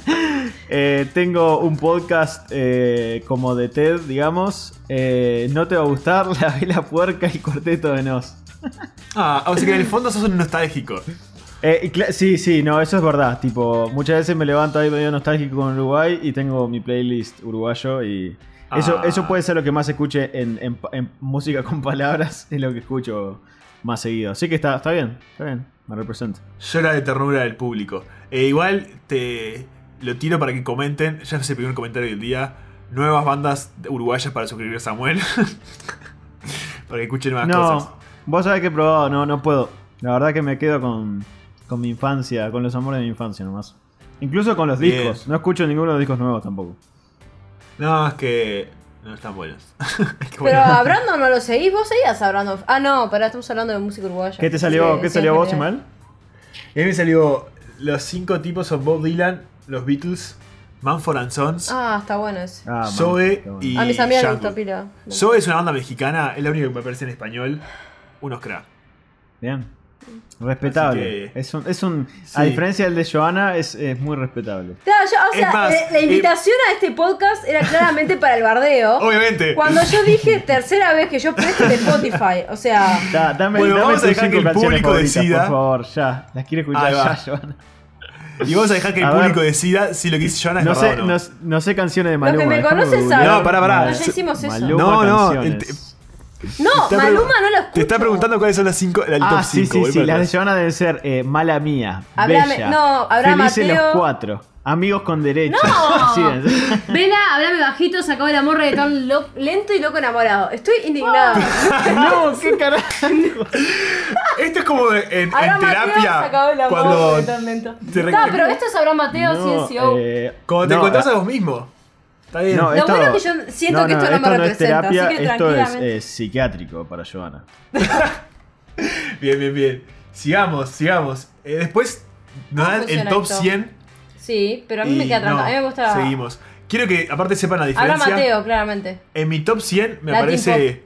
Speaker 3: eh, tengo un podcast eh, como de TED, digamos. eh, no te va a gustar La Vela Puerca y Cuarteto de Nos.
Speaker 1: Ah, o sea que en el fondo sos un nostálgico.
Speaker 3: Eh, y cla- sí, sí, no, eso es verdad. Tipo, muchas veces me levanto ahí medio nostálgico con Uruguay y tengo mi playlist uruguayo y. Eso,
Speaker 1: Ah.
Speaker 3: eso puede ser lo que más escuche en, en pa- en música con palabras, es lo que escucho más seguido. Así que está, está bien, está bien, me representa.
Speaker 1: Llora de ternura del público. E igual te lo tiro para que comenten. Ya es el primer comentario del día. Nuevas bandas uruguayas para suscribir a Samuel. para que escuchen más
Speaker 3: No,
Speaker 1: cosas.
Speaker 3: vos sabés que he probado, no, no puedo. La verdad que me quedo con, con mi infancia, con los amores de mi infancia nomás. Incluso con los
Speaker 1: Bien.
Speaker 3: discos, no escucho ninguno de los discos nuevos tampoco.
Speaker 1: No, es que no están buenos. Es que
Speaker 2: Pero
Speaker 1: bueno.
Speaker 2: a Brandon no lo seguís, vos seguías a Brandon. Ah, no, pará, estamos hablando de música uruguaya.
Speaker 3: ¿Qué te salió,
Speaker 2: Sí,
Speaker 3: ¿qué
Speaker 2: sí,
Speaker 3: salió
Speaker 2: es
Speaker 3: vos,
Speaker 2: verdad.
Speaker 3: Imal?
Speaker 1: Y a mí me salió los cinco tipos son Bob Dylan, los Beatles, Manford and Sons,
Speaker 2: Ah, está bueno eso.
Speaker 3: Ah, man,
Speaker 1: Zoe
Speaker 3: qué bueno.
Speaker 1: y
Speaker 2: a mis amigas les
Speaker 1: Django.
Speaker 2: gusta pila.
Speaker 1: Zoe es una banda mexicana, es la única que me aparece en español. Unos crack.
Speaker 3: Bien. Respetable.
Speaker 1: Así que-
Speaker 3: Es un, es un- A
Speaker 1: Sí.
Speaker 3: diferencia del de Joana, es, es muy respetable.
Speaker 2: Claro, yo, o
Speaker 1: Es
Speaker 2: sea,
Speaker 1: más,
Speaker 2: eh, la
Speaker 1: eh,
Speaker 2: invitación a este podcast era claramente para el bardeo.
Speaker 1: Obviamente.
Speaker 2: Cuando yo dije tercera vez que yo presto de Spotify, o sea,
Speaker 3: Da- dame
Speaker 1: Bueno,
Speaker 3: dame
Speaker 1: vamos a
Speaker 3: tus
Speaker 1: dejar
Speaker 3: cinco
Speaker 1: que el
Speaker 3: canciones
Speaker 1: público
Speaker 3: favoritas,
Speaker 1: decida.
Speaker 3: Por favor, ya. Las quiero escuchar
Speaker 1: Ahí va.
Speaker 3: ya, Joana.
Speaker 1: Y vamos a dejar que el
Speaker 3: A ver.
Speaker 1: público decida si lo que dice Joana es
Speaker 3: No
Speaker 1: verdad
Speaker 3: sé,
Speaker 1: o
Speaker 3: no, sé- no sé canciones de Maluma.
Speaker 2: que me
Speaker 3: déjame
Speaker 2: conocen
Speaker 3: googlear.
Speaker 2: saben.
Speaker 1: No, pará, pará.
Speaker 2: No, ya hicimos eso.
Speaker 3: Maluma
Speaker 1: No, no,
Speaker 3: canciones.
Speaker 1: el
Speaker 2: no,
Speaker 1: Está pregu-
Speaker 2: Maluma no lo escucho.
Speaker 1: Te está preguntando cuáles son las cinco, el top
Speaker 3: Ah, sí,
Speaker 1: 5.
Speaker 3: sí, sí. Las de Joana deben ser eh, Mala Mía,
Speaker 2: Háblame-
Speaker 3: Bella,
Speaker 2: no, habrá
Speaker 3: Felices
Speaker 2: Mateo.
Speaker 3: los Cuatro, Amigos con Derecho.
Speaker 2: No.
Speaker 3: Sí, es-
Speaker 2: Vela, hablame bajito, sacó el amor reggaetón lo- lento y loco enamorado. Estoy indignada.
Speaker 1: Ah.
Speaker 3: no, qué carajo.
Speaker 2: Ah,
Speaker 1: Esto es como en, en
Speaker 2: Abraham Mateo sacó el
Speaker 1: terapia.
Speaker 2: amor
Speaker 1: Cuando,
Speaker 2: reggaetón lento.
Speaker 1: te
Speaker 2: Ta,
Speaker 1: recu-
Speaker 2: pero esto es Abraham Mateo,
Speaker 3: No,
Speaker 2: CNCO.
Speaker 3: eh,
Speaker 1: cuando te
Speaker 3: no,
Speaker 1: encontrás
Speaker 3: ah,
Speaker 1: a vos mismo. Está bien.
Speaker 3: No,
Speaker 2: oh.
Speaker 3: eh.
Speaker 2: Lo
Speaker 3: esto-
Speaker 2: bueno es que yo siento que esto no me
Speaker 3: es
Speaker 2: representa, así
Speaker 3: terapia,
Speaker 2: que
Speaker 3: esto es
Speaker 2: tranquilamente.
Speaker 3: eh, psiquiátrico para Joana.
Speaker 1: Bien, bien, bien. Sigamos, sigamos. Eh, después nos
Speaker 2: ¿Cómo
Speaker 1: dan el
Speaker 2: funciona
Speaker 1: top
Speaker 2: esto?
Speaker 1: 100.
Speaker 2: Sí, pero a mí me
Speaker 1: y
Speaker 2: queda tranca.
Speaker 1: no,
Speaker 2: a mí me gusta.
Speaker 1: Seguimos. Quiero que aparte sepan la
Speaker 2: Habla
Speaker 1: diferencia.
Speaker 2: Mateo, claramente.
Speaker 1: En mi top 100 me
Speaker 2: Latin
Speaker 1: aparece.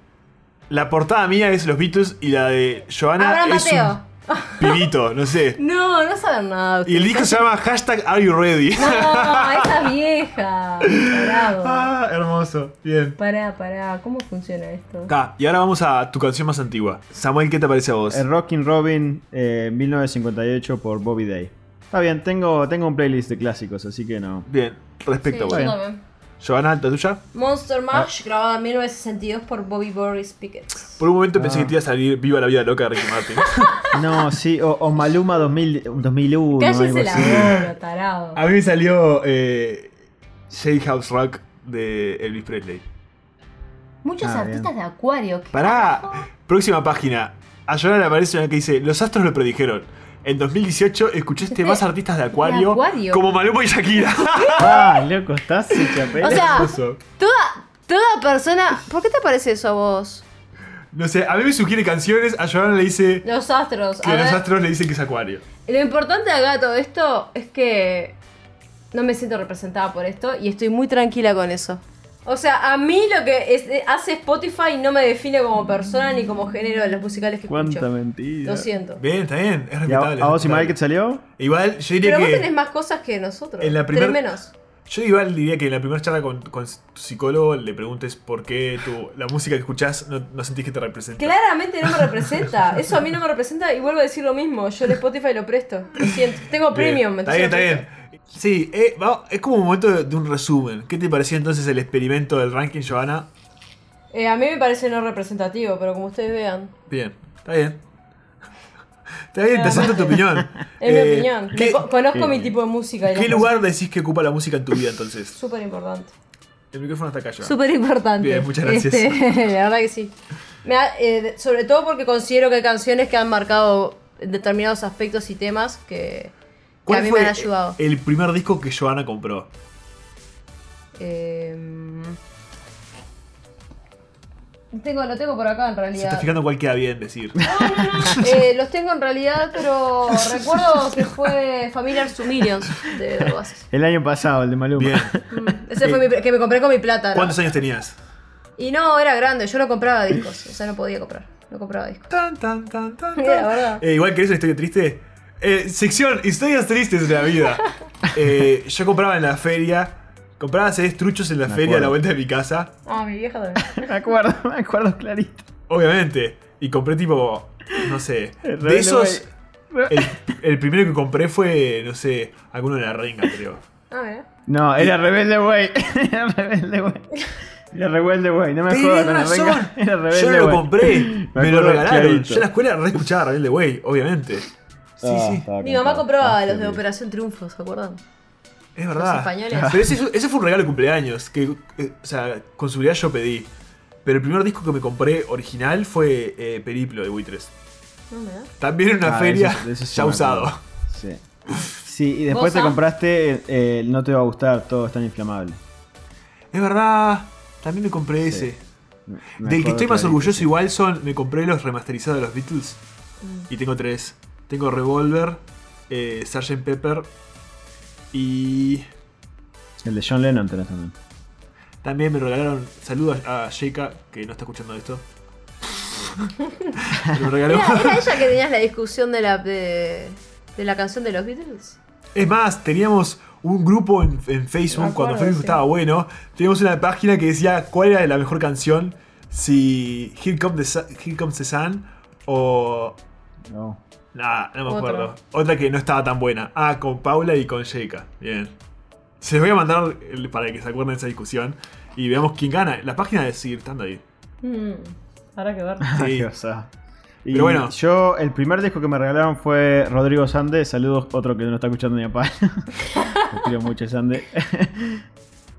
Speaker 1: La portada mía es los Beatles y la de Joana
Speaker 2: Abraham
Speaker 1: es
Speaker 2: Mateo.
Speaker 1: un pibito, no sé.
Speaker 2: No, no saben nada.
Speaker 1: Y el disco se llama hashtag Are You Ready.
Speaker 2: No, esa vieja. Parado.
Speaker 1: ah, hermoso. Bien.
Speaker 2: Pará, pará. ¿Cómo funciona esto?
Speaker 1: Ta, y ahora vamos a tu canción más antigua. Samuel, ¿qué te parece a vos?
Speaker 3: El Eh, Rockin' Robin eh, 1958 por Bobby Day. Está bien, tengo, tengo un playlist de clásicos, así que no.
Speaker 1: Bien, respecto a
Speaker 2: Sí,
Speaker 1: vos.
Speaker 2: yo
Speaker 3: bueno.
Speaker 2: también.
Speaker 1: Giovanna, ¿la tuya?
Speaker 2: Monster Mash, grabada en 1962 por Bobby Boris Pickett.
Speaker 1: Por un momento
Speaker 3: Ah.
Speaker 1: pensé que te iba a salir viva la vida loca de Ricky Martin.
Speaker 3: No, sí, o, o Maluma 2000, 2001. algo
Speaker 2: Cállese la
Speaker 3: así.
Speaker 2: boca, tarado.
Speaker 1: a mí me salió eh, Shade House Rock de Elvis Presley.
Speaker 2: Muchos
Speaker 3: Ah,
Speaker 2: artistas
Speaker 3: bien.
Speaker 2: de Acuario. que-
Speaker 1: Pará, próxima página. A Giovanna le aparece una que dice: Los astros lo predijeron. En 2018 escuchaste
Speaker 2: Este-
Speaker 1: más artistas de Acuario,
Speaker 2: de Acuario.
Speaker 1: como Maluma y Shakira.
Speaker 3: Ah, loco, estás hecha
Speaker 2: O
Speaker 3: pelota.
Speaker 2: sea,
Speaker 1: Hermoso.
Speaker 2: toda, toda persona. ¿Por qué te parece eso a vos?
Speaker 1: no sé, a mí me sugiere canciones. A Giovanna le dice
Speaker 2: Los astros.
Speaker 1: que los astros le dicen que es Acuario.
Speaker 2: Lo importante acá de todo esto es que no me siento representada por esto y estoy muy tranquila con eso. O sea, a mí lo que es- hace Spotify no me define como persona ni como género de los musicales que
Speaker 3: Cuánta
Speaker 2: escucho.
Speaker 3: mentira.
Speaker 2: Lo siento.
Speaker 1: Bien, está bien, es
Speaker 3: ¿Y a,
Speaker 1: respetable.
Speaker 3: a vos,
Speaker 1: es respetable.
Speaker 3: Imael, qué te salió?
Speaker 1: Igual, yo diría
Speaker 2: Pero vos
Speaker 1: que.
Speaker 2: tenés más cosas que nosotros.
Speaker 1: En la
Speaker 2: Tenés
Speaker 1: primer-
Speaker 2: menos.
Speaker 1: Yo igual diría que en la primera charla con, con tu psicólogo le preguntes por qué tu, la música que escuchás no, no sentís que te representa.
Speaker 2: Claramente no me representa. Eso a mí no me representa y vuelvo a decir lo mismo. Yo el Spotify lo presto. Lo siento. Tengo
Speaker 1: Bien.
Speaker 2: premium.
Speaker 1: Está bien, está
Speaker 2: entonces lo
Speaker 1: bien. Sí, eh, va- es como un momento de, de un resumen. ¿Qué te pareció entonces el experimento del ranking, Joana?
Speaker 2: presto. Eh, a mí me parece no representativo, pero como ustedes vean.
Speaker 1: Bien, está bien. Está bien, te acepto tu opinión.
Speaker 2: Ah. Es mi
Speaker 1: Eh,
Speaker 2: opinión. Me
Speaker 1: ¿Qué,
Speaker 2: co- conozco
Speaker 3: qué-
Speaker 2: mi tipo de música. y
Speaker 1: qué
Speaker 2: las
Speaker 1: lugar decís que ocupa la música en tu vida entonces?
Speaker 2: Súper importante.
Speaker 1: El micrófono está acá ya.
Speaker 2: Súper importante.
Speaker 1: Bien, muchas gracias.
Speaker 2: Este, la verdad que sí. Me ha- eh, de- sobre todo porque considero que hay canciones que han marcado determinados aspectos y temas que, que a mí me han ayudado.
Speaker 1: el primer disco que Joana compró?
Speaker 2: Eh, tengo, lo tengo por acá en
Speaker 1: Se está
Speaker 2: realidad.
Speaker 1: fijando cuál queda bien decir.
Speaker 2: Eh, los tengo en realidad, pero recuerdo que fue Familiar Sumirions de Oasis.
Speaker 3: El año pasado, el de Maluma.
Speaker 1: Bien.
Speaker 2: Mm, Ese fue mi, pri- que me compré con mi plata. ¿no?
Speaker 1: ¿Cuántos años tenías?
Speaker 2: Y no, era grande, yo no compraba discos. O sea, no podía comprar. No compraba discos.
Speaker 1: Tan, tan, tan, tan,
Speaker 2: Mira,
Speaker 1: tan.
Speaker 2: verdad.
Speaker 1: Eh, igual querés una historia triste. Eh, sección, historias tristes de la vida. Eh, yo compraba en la feria. Compraba CDs truchos en la
Speaker 3: Me
Speaker 1: feria a la
Speaker 3: acuerdo.
Speaker 1: vuelta de mi casa.
Speaker 2: Ah, mi vieja también.
Speaker 3: Me acuerdo, me acuerdo clarito.
Speaker 1: Obviamente. Y compré tipo. No sé. De
Speaker 3: Rebelde
Speaker 1: esos.
Speaker 3: Way.
Speaker 1: El, el primero que compré fue, no sé, alguno de la renga, creo.
Speaker 2: Ah, mira.
Speaker 3: No, era rebelde, güey. Era rebelde, güey. Era rebelde, güey. No me
Speaker 1: Tenés
Speaker 3: jodas con la
Speaker 1: razón.
Speaker 3: renga. Era rebelde,
Speaker 1: Yo no lo
Speaker 3: güey.
Speaker 1: compré. Me, lo
Speaker 3: acuerdo
Speaker 1: regalaron.
Speaker 3: clarito.
Speaker 1: Yo en la escuela re escuchaba Rebelde Way, obviamente. Sí,
Speaker 3: Ah,
Speaker 1: sí.
Speaker 3: estaba
Speaker 2: Mi mamá
Speaker 3: cantado.
Speaker 2: compraba
Speaker 3: Ah,
Speaker 2: los de
Speaker 3: sí.
Speaker 2: Operación Triunfo, ¿se acuerdan?
Speaker 1: Es verdad.
Speaker 2: españoles.
Speaker 1: Pero ese, ese fue un regalo de cumpleaños. Que, eh, o sea, con seguridad yo pedí. Pero el primer disco que me compré original fue eh, Periplo de Buitres.
Speaker 2: No, Ah, mira.
Speaker 1: También en una
Speaker 3: Ah,
Speaker 1: feria
Speaker 3: ese- ese sí
Speaker 1: ya
Speaker 3: me
Speaker 1: usado.
Speaker 3: acuerdo. Sí. Sí, y después te
Speaker 2: Sam?
Speaker 3: compraste eh, eh, No te va a gustar, todo es tan inflamable.
Speaker 1: Es verdad. También me compré
Speaker 3: Sí.
Speaker 1: ese.
Speaker 3: Me- me
Speaker 1: Del que
Speaker 3: acuerdo
Speaker 1: estoy más
Speaker 3: clarito,
Speaker 1: orgulloso
Speaker 3: sí.
Speaker 1: igual son, me compré los remasterizados de los Beatles.
Speaker 2: Mm.
Speaker 1: Y tengo tres. Tengo Revolver, eh, Sgt. Pepper y...
Speaker 3: El de John Lennon tenés también.
Speaker 1: También me regalaron saludos a Sheika, que no está escuchando esto. Pero me regaló.
Speaker 2: Era, era ella que tenías la discusión de la, de, de la canción de los Beatles.
Speaker 1: Es más, teníamos un grupo en, en Facebook,
Speaker 2: Me acuerdo,
Speaker 1: cuando Facebook
Speaker 2: sí.
Speaker 1: estaba bueno, teníamos una página que decía cuál era la mejor canción, si Here, Come the Sun- Here Comes the Sun o...
Speaker 3: No.
Speaker 1: Nah, no me
Speaker 2: Otra.
Speaker 1: acuerdo. Otra que no estaba tan buena. Ah, con Paula y con Sheika. Bien. Se los voy a mandar el- para que se acuerden de esa discusión y veamos quién gana. La página de seguir estando ahí.
Speaker 2: Ahora Mm. que ver.
Speaker 1: Sí.
Speaker 3: Qué osada. Y
Speaker 1: Pero bueno.
Speaker 3: Yo, el primer disco que me regalaron fue Rodrigo Sande. Saludos, otro que no está escuchando mi papá. Lo quiero mucho, Sande.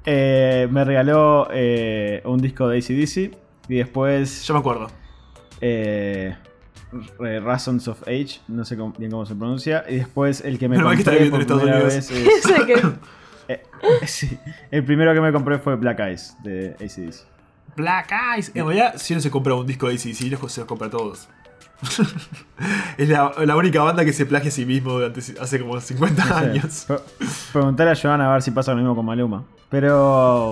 Speaker 3: Eh, me regaló eh, un disco de ACDC. Y después.
Speaker 1: Yo me acuerdo.
Speaker 3: eh, eh, Raisons of Age. No sé cómo- bien cómo se pronuncia. Y después el que me
Speaker 1: Menos mal que está
Speaker 3: compré
Speaker 1: viviendo
Speaker 3: por
Speaker 1: en Estados
Speaker 3: primera
Speaker 1: Unidos.
Speaker 3: vez es- eh, sí. El primero que me compré fue Black Eyes de ACDC.
Speaker 1: Black Eyes. Eh, En realidad, si uno se compra un disco de ACDC, los se los compra a todos. es la, la única banda que se plagia a sí mismo durante hace como 50
Speaker 3: No sé.
Speaker 1: años.
Speaker 3: Pre- Preguntale a Joana a ver si pasa lo mismo con Maluma. Pero.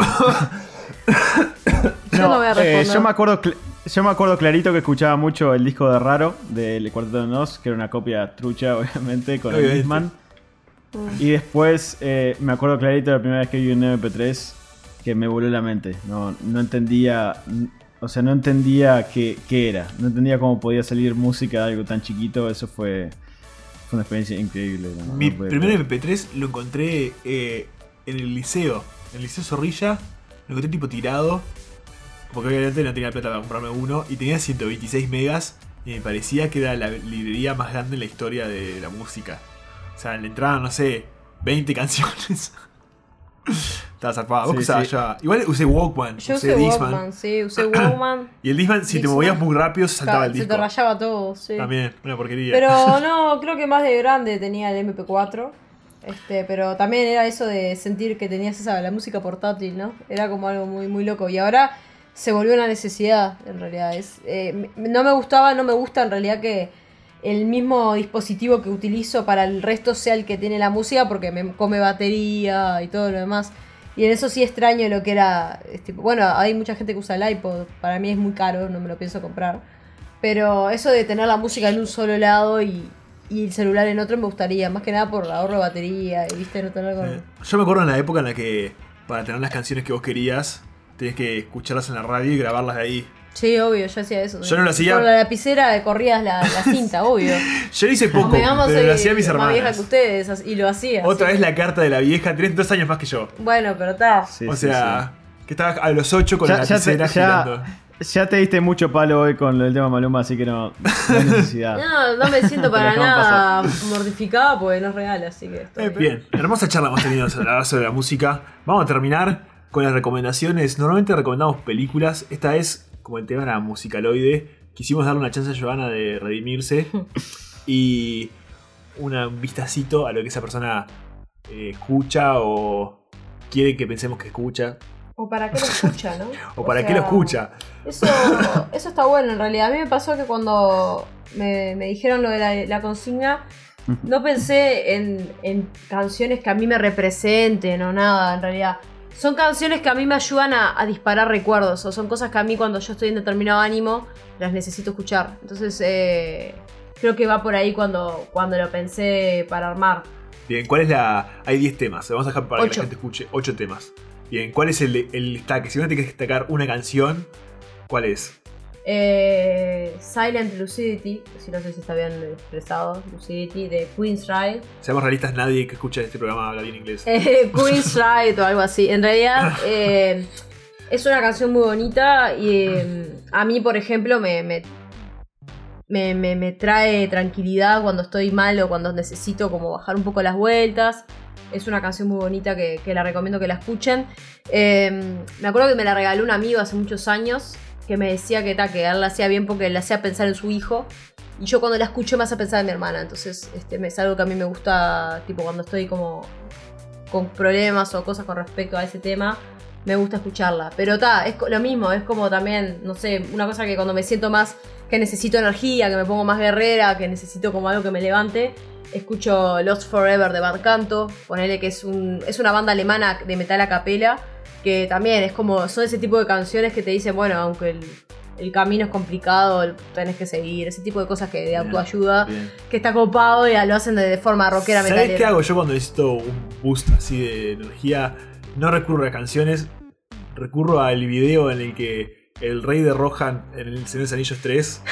Speaker 2: Yo no voy a
Speaker 3: eh,
Speaker 2: responder.
Speaker 3: yo, me acuerdo cl- yo me acuerdo clarito que escuchaba mucho el disco de Raro del Cuarteto de Nos, que era una copia trucha, obviamente, con el
Speaker 1: Obviamente.
Speaker 3: Disman.
Speaker 2: Mm.
Speaker 3: Y después eh, me acuerdo clarito la primera vez que vi un MP3 que me voló la mente. No, no entendía. O sea, no entendía qué, qué era. No entendía cómo podía salir música de algo tan chiquito. Eso fue, fue una experiencia increíble. ¿no?
Speaker 1: Mi
Speaker 3: No puede
Speaker 1: primer
Speaker 3: creer.
Speaker 1: MP3 lo encontré eh, en el liceo. En el liceo Zorrilla. Lo encontré tipo tirado. Porque obviamente no tenía plata para comprarme uno. Y tenía 126 megas. Y me parecía que era la librería más grande en la historia de la música. O sea, en la entrada, no sé, 20 canciones. Estaba zarpado. Vos
Speaker 3: Sí,
Speaker 1: usabas
Speaker 3: sí.
Speaker 1: ya. Igual usé Walkman,
Speaker 2: Yo
Speaker 1: usé
Speaker 2: usé
Speaker 1: Discman.
Speaker 2: Walkman, sí, usé Walkman.
Speaker 1: Y el Discman, si te
Speaker 2: Discman.
Speaker 1: movías muy rápido, se saltaba el
Speaker 2: se
Speaker 1: disco.
Speaker 2: te rayaba todo, sí.
Speaker 1: También, una porquería.
Speaker 2: Pero no, creo que más de grande tenía el MP4. Este, pero también era eso de sentir que tenías esa la música portátil, ¿no? Era como algo muy muy loco y ahora se volvió una necesidad en realidad. Es eh, m- no me gustaba, no me gusta en realidad que el mismo dispositivo que utilizo para el resto sea el que tiene la música porque me come batería y todo lo demás. Y en eso sí extraño lo que era. este, bueno, hay mucha gente que usa el iPod. Para mí es muy caro, no me lo pienso comprar. Pero eso de tener la música en un solo lado y, y el celular en otro me gustaría, más que nada por ahorro de batería y viste no tener con.
Speaker 1: Eh, Yo me acuerdo en la época en la que para tener las canciones que vos querías, tenías que escucharlas en la radio y grabarlas de ahí.
Speaker 2: Sí, obvio, yo hacía eso.
Speaker 1: Yo no lo hacía.
Speaker 2: Con la lapicera corrías la, la cinta, obvio.
Speaker 1: Yo lo hice poco,
Speaker 2: Convengamos,
Speaker 1: pero
Speaker 2: soy
Speaker 1: lo hacía mis
Speaker 2: Más vieja que
Speaker 1: hermanas.
Speaker 2: ustedes as- y lo hacía.
Speaker 1: Otra
Speaker 2: así
Speaker 1: vez
Speaker 2: que-
Speaker 1: la carta de la vieja, tenés dos años más que yo.
Speaker 2: Bueno, pero está.
Speaker 3: Sí,
Speaker 1: o
Speaker 3: sí,
Speaker 1: sea, que estabas a los ocho con
Speaker 3: Ya-
Speaker 1: la
Speaker 3: ya te-
Speaker 1: lapicera
Speaker 3: ya-
Speaker 1: girando.
Speaker 3: Ya te diste mucho palo hoy con el tema Maluma, así que no, no hay necesidad.
Speaker 2: No, no me siento para
Speaker 3: Te la dejamos
Speaker 2: nada mortificada porque no es real, así que estoy bien.
Speaker 1: Bien, hermosa charla hemos tenido sobre la música. Vamos a terminar con las recomendaciones. Normalmente recomendamos películas. Esta es, como el tema era musicaloide, quisimos darle una chance a Giovanna de redimirse y una- un vistacito a lo que esa persona eh, escucha o quiere que pensemos que escucha
Speaker 2: O para qué lo escucha, ¿no?
Speaker 1: o, para qué lo
Speaker 2: sea,
Speaker 1: escucha.
Speaker 2: Eso, eso está bueno en realidad. A mí me pasó que cuando me, me dijeron lo de la, la consigna, no pensé en, en canciones que a mí me representen o nada, en realidad. Son canciones que a mí me ayudan a, a disparar recuerdos o son cosas que a mí cuando yo estoy en determinado ánimo las necesito escuchar. Entonces eh, creo que va por ahí cuando, cuando lo pensé para armar.
Speaker 1: Bien, ¿cuál es la...? Hay 10 temas, vamos a dejar para que
Speaker 2: Ocho.
Speaker 1: la gente escuche 8 temas. Bien, ¿cuál es el, el destaque? Si uno tiene que destacar una canción, ¿cuál es?
Speaker 2: Eh, Silent Lucidity, si no sé si está bien expresado, Lucidity de Queen's Ride.
Speaker 1: Seamos realistas, nadie que escucha este programa habla bien inglés.
Speaker 2: Eh, Queen's Ride o algo así. En realidad eh, es una canción muy bonita y eh, a mí, por ejemplo, me, me, me- me- me trae tranquilidad cuando estoy mal o cuando necesito como bajar un poco las vueltas. Es una canción muy bonita que, que la recomiendo que la escuchen. Eh, me acuerdo que me la regaló un amigo hace muchos años que me decía que, ta, que a él la hacía bien porque le hacía pensar en su hijo. Y yo cuando la escuché me hace pensar en mi hermana. Entonces este, es algo que a mí me gusta, tipo cuando estoy como con problemas o cosas con respecto a ese tema, me gusta escucharla. Pero ta, es co- lo mismo, es como también, no sé, una cosa que cuando me siento más, que necesito energía, que me pongo más guerrera, que necesito como algo que me levante, escucho Lost Forever de Bad Canto, ponele que es, un, es una banda alemana de metal a capela, que también es como, son ese tipo de canciones que te dicen, bueno, aunque el, el camino es complicado, el- tenés que seguir, ese tipo de cosas que de
Speaker 1: Bien,
Speaker 2: autoayuda,
Speaker 1: Bien.
Speaker 2: que está copado y lo hacen de, de forma rockera
Speaker 1: ¿Sabes
Speaker 2: metalera.
Speaker 1: qué hago yo cuando necesito un boost así de energía? No recurro a canciones, recurro al video en el que el rey de Rohan en el Señor de los Anillos 3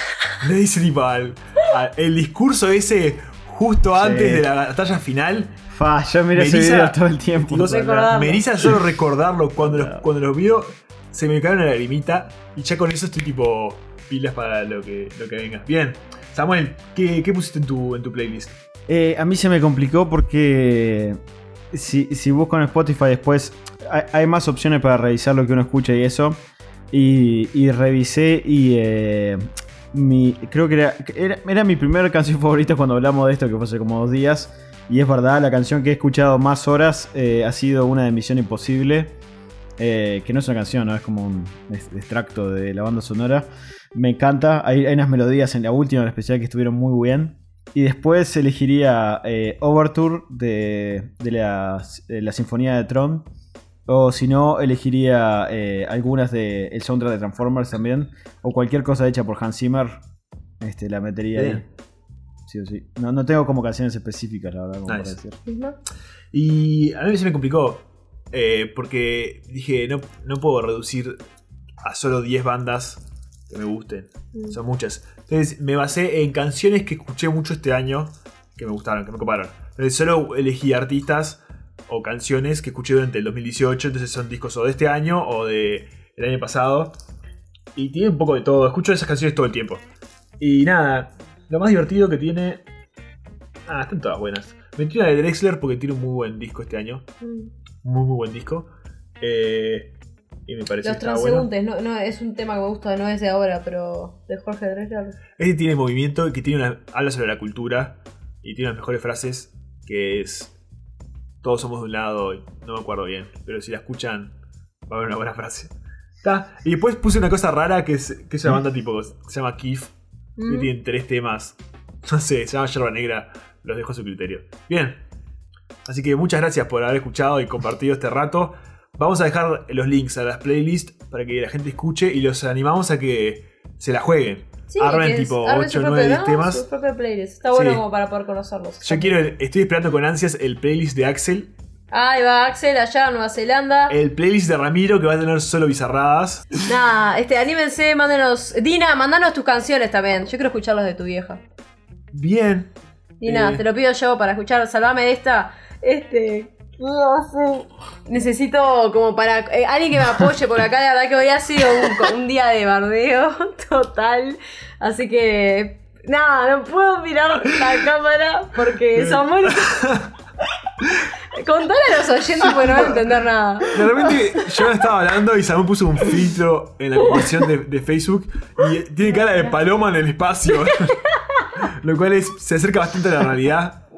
Speaker 1: le dice tipo al- a- el discurso ese justo antes
Speaker 3: Sí.
Speaker 1: de la batalla final.
Speaker 3: Fa, yo miro ese
Speaker 1: Melissa,
Speaker 3: video todo el tiempo.
Speaker 1: Chicos,
Speaker 2: Recordarlo.
Speaker 1: me eriza solo recordarlo cuando los, cuando los vio, se me cae una lagrimita y ya con eso estoy tipo pilas para lo que, lo que venga. Bien, Samuel, ¿qué, qué pusiste en tu, en tu playlist?
Speaker 3: Eh, a mí se me complicó porque si, si busco en Spotify después hay, hay más opciones para revisar lo que uno escucha y eso. Y, y revisé y eh, mi, creo que era, era, era mi primera canción favorita cuando hablamos de esto, que fue hace como dos días. Y es verdad, la canción que he escuchado más horas eh, ha sido una de Misión Imposible. eh, que no es una canción, ¿no? es como un es- extracto de la banda sonora. Me encanta. Hay, hay unas melodías en la última, en especial, que estuvieron muy bien. Y después elegiría eh, Overture de, de la, de la Sinfonía de Tron. O si no, elegiría eh, algunas de el soundtrack de Transformers también. O cualquier cosa hecha por Hans Zimmer. Este, la metería ahí.
Speaker 1: Bien.
Speaker 3: Sí o sí. No, no tengo como canciones específicas, la verdad, como para
Speaker 1: Nice.
Speaker 3: decir.
Speaker 2: Ujú.
Speaker 1: Y a mí se me complicó. eh, porque dije, no, no puedo reducir a solo 10 bandas que me gusten. Son muchas. Entonces me basé en canciones que escuché mucho este año que me gustaron, que me coparon. Entonces solo elegí artistas o canciones que escuché durante el 2018. Entonces son discos o de este año o de el año pasado. Y tiene un poco de todo. Escucho esas canciones todo el tiempo. Y nada, lo más divertido que tiene. Ah, están todas buenas. Metí una de Drexler porque tiene un muy buen disco este año.
Speaker 2: Mm.
Speaker 1: Muy, muy buen disco. Eh, y me parece
Speaker 2: Los
Speaker 1: que está bueno.
Speaker 2: transeúntes, no, no, es un tema que me gusta, no es de ahora, pero de Jorge Drexler.
Speaker 1: Este tiene movimiento que tiene una, habla sobre la cultura y tiene las mejores frases que es todos somos de un lado, y no me acuerdo bien, pero si la escuchan va a haber una buena frase. Ta, Y después puse una cosa rara que es, que es una banda tipo, que se llama Kif, que
Speaker 2: Mm.
Speaker 1: tienen tres temas, no sé, se llama Yerba Negra, los dejo a su criterio. Bien, así que muchas gracias por haber escuchado y compartido este rato. Vamos a dejar los links a las playlists para que la gente escuche y los animamos a que se la jueguen.
Speaker 2: Sí,
Speaker 1: armen
Speaker 2: que es-
Speaker 1: tipo
Speaker 2: armen su
Speaker 1: 8 o
Speaker 2: propio-
Speaker 1: 9
Speaker 2: no,
Speaker 1: temas.
Speaker 2: Su propio playlist. Está bueno
Speaker 1: Sí.
Speaker 2: como para poder conocerlos.
Speaker 1: Yo quiero, el- estoy esperando con ansias el playlist de Axel,
Speaker 2: Ahí va Axel, allá en Nueva Zelanda.
Speaker 1: el playlist de Ramiro que va a tener solo bizarradas.
Speaker 2: Nada, este, anímense, mándenos. Dina, mandanos tus canciones también. Yo quiero escucharlas de tu vieja.
Speaker 1: Bien.
Speaker 2: Dina,
Speaker 1: Eh.
Speaker 2: te lo pido yo para escuchar. Salvame de esta. Este, Necesito como para... eh, alguien que me apoye por acá, la verdad que hoy ha sido un, co- un día de bardeo total. Así que... Nada, no puedo mirar la cámara porque Samuel... Contale a los oyentes porque no van a entender nada.
Speaker 1: De repente yo estaba hablando y Samuel puso un filtro en la conversación de, de Facebook y eh, tiene cara de paloma en el espacio. Lo cual es- se acerca bastante a la realidad.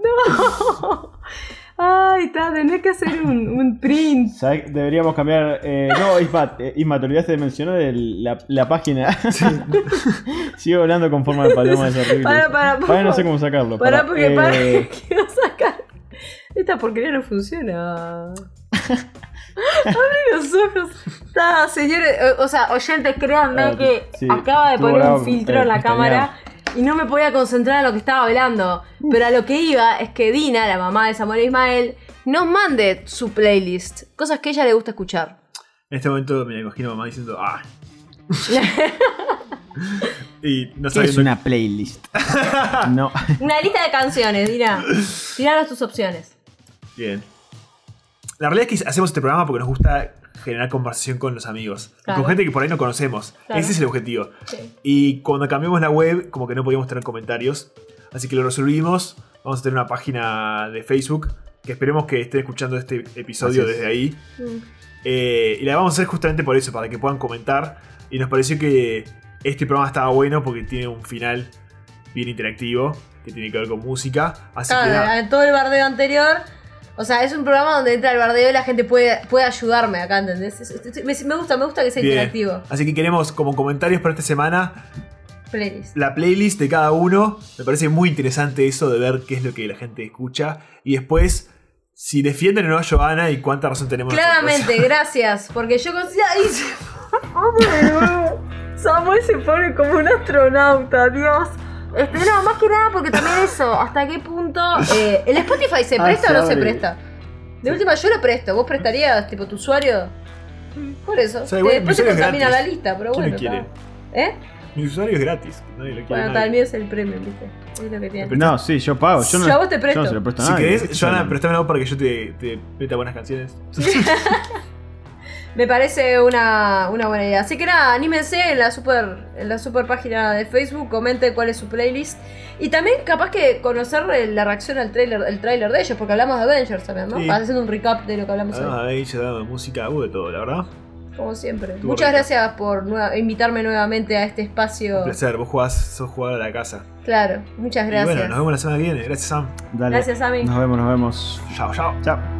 Speaker 2: Ay, está, tenés que hacer un, un print.
Speaker 3: ¿Sabes? Deberíamos cambiar. eh, no, Isma, eh, Isma, te olvidaste de mencionar el- la, la página. Sigo hablando con forma de paloma, es horrible.
Speaker 2: Para, para, por
Speaker 3: Pará, no sé
Speaker 2: favor.
Speaker 3: cómo sacarlo.
Speaker 2: Pará,
Speaker 3: pará.
Speaker 2: porque
Speaker 3: Eh,
Speaker 2: para quiero sacar. Esta porquería no funciona. Abre los ojos. Está, señores. O, o sea, oyentes, créanme
Speaker 3: Ah,
Speaker 2: que
Speaker 3: sí,
Speaker 2: acaba de
Speaker 3: estuvo
Speaker 2: poner
Speaker 3: bravo,
Speaker 2: un filtro
Speaker 3: eh,
Speaker 2: en la
Speaker 3: pestañeado.
Speaker 2: cámara y no me podía concentrar en lo que estaba hablando. Pero a lo que iba es que Dina, la mamá de Samuel e Ismael, nos mande su playlist. Cosas que a ella le gusta escuchar.
Speaker 1: En este momento me imagino a mamá diciendo ¡Ah! y no
Speaker 3: ¿Qué es
Speaker 1: sabiendo
Speaker 3: una playlist? no.
Speaker 2: Una lista de canciones, Dina. Tiranos tus opciones.
Speaker 1: Bien. La realidad es que hacemos este programa porque nos gusta generar conversación con los amigos. Y
Speaker 2: Claro.
Speaker 1: Con gente que por ahí no conocemos.
Speaker 2: Claro.
Speaker 1: Ese es el objetivo.
Speaker 2: Sí.
Speaker 1: Y cuando cambiamos la web, como que no podíamos tener comentarios. Así que lo resolvimos. Vamos a tener una página de Facebook. Que esperemos que estén escuchando este episodio
Speaker 3: Así es.
Speaker 1: desde ahí. Eh, y la vamos a hacer justamente por eso, para que puedan comentar. Y nos pareció que este programa estaba bueno porque tiene un final bien interactivo. Que tiene que ver con música. Así que nada.
Speaker 2: Claro, todo el bardeo anterior. O sea, es un programa donde entra el bardeo y la gente puede, puede ayudarme acá, ¿entendés? Es- es- es- me- Me gusta, me gusta que sea
Speaker 1: Bien.
Speaker 2: interactivo.
Speaker 1: Así que queremos como comentarios para esta semana
Speaker 2: Playlist.
Speaker 1: la playlist de cada uno. Me parece muy interesante eso de ver qué es lo que la gente escucha. Y después, si defienden o no a Joana y cuánta razón tenemos.
Speaker 2: Claramente, gracias. Porque yo considero. ¡Ay! Se... Vamos de nuevo. Samuel se pone como un astronauta, Dios. Este, no, más que nada porque también eso, hasta qué punto. eh, ¿El Spotify se
Speaker 3: Ah,
Speaker 2: presta o no se
Speaker 3: sorry.
Speaker 2: presta? De última, yo lo presto. ¿Vos prestarías, tipo, tu usurio? Por eso.
Speaker 1: O sea, igual
Speaker 2: Después
Speaker 1: mi
Speaker 2: se
Speaker 1: usuario es
Speaker 2: contamina la
Speaker 1: gratis.
Speaker 2: lista, pero
Speaker 1: ¿Quién
Speaker 2: bueno.
Speaker 1: lo quiere?
Speaker 2: está. ¿Eh?
Speaker 1: gracias. Mi usuario es gratis. nadie lo quiere,
Speaker 2: Bueno,
Speaker 1: nadie.
Speaker 2: tal mío es el premio, ¿viste? Es lo que tiene.
Speaker 3: No, sí, yo pago. Yo, no,
Speaker 2: Yo a vos te presto.
Speaker 3: no se lo presto a
Speaker 1: Si
Speaker 3: Pues nadie.
Speaker 1: querés, Joana, préstame algo para que yo te, te meta buenas canciones.
Speaker 2: Me parece una, una buena idea. Así que nada, anímense en la super en la super página de Facebook, comenten cuál es su playlist. Y también capaz que conocer eh, la reacción al trailer, el trailer de ellos, porque hablamos de Avengers también, ¿no?
Speaker 1: Sí. Ah,
Speaker 2: Para hacer un recap de lo que hablamos
Speaker 1: Además, habéis dado música, hubo de todo, la verdad.
Speaker 2: hoy, como siempre.
Speaker 1: Estuvo
Speaker 2: Muchas
Speaker 1: rico.
Speaker 2: gracias por nueva- invitarme nuevamente a este espacio.
Speaker 1: Un placer, vos jugás, sos jugador de la casa.
Speaker 2: Claro, muchas
Speaker 1: Y
Speaker 2: gracias.
Speaker 1: bueno, nos vemos la semana que viene. Gracias, Sam.
Speaker 3: Dale.
Speaker 2: gracias, Ami.
Speaker 3: Nos vemos, nos vemos.
Speaker 1: Chao, chao.
Speaker 3: Chao.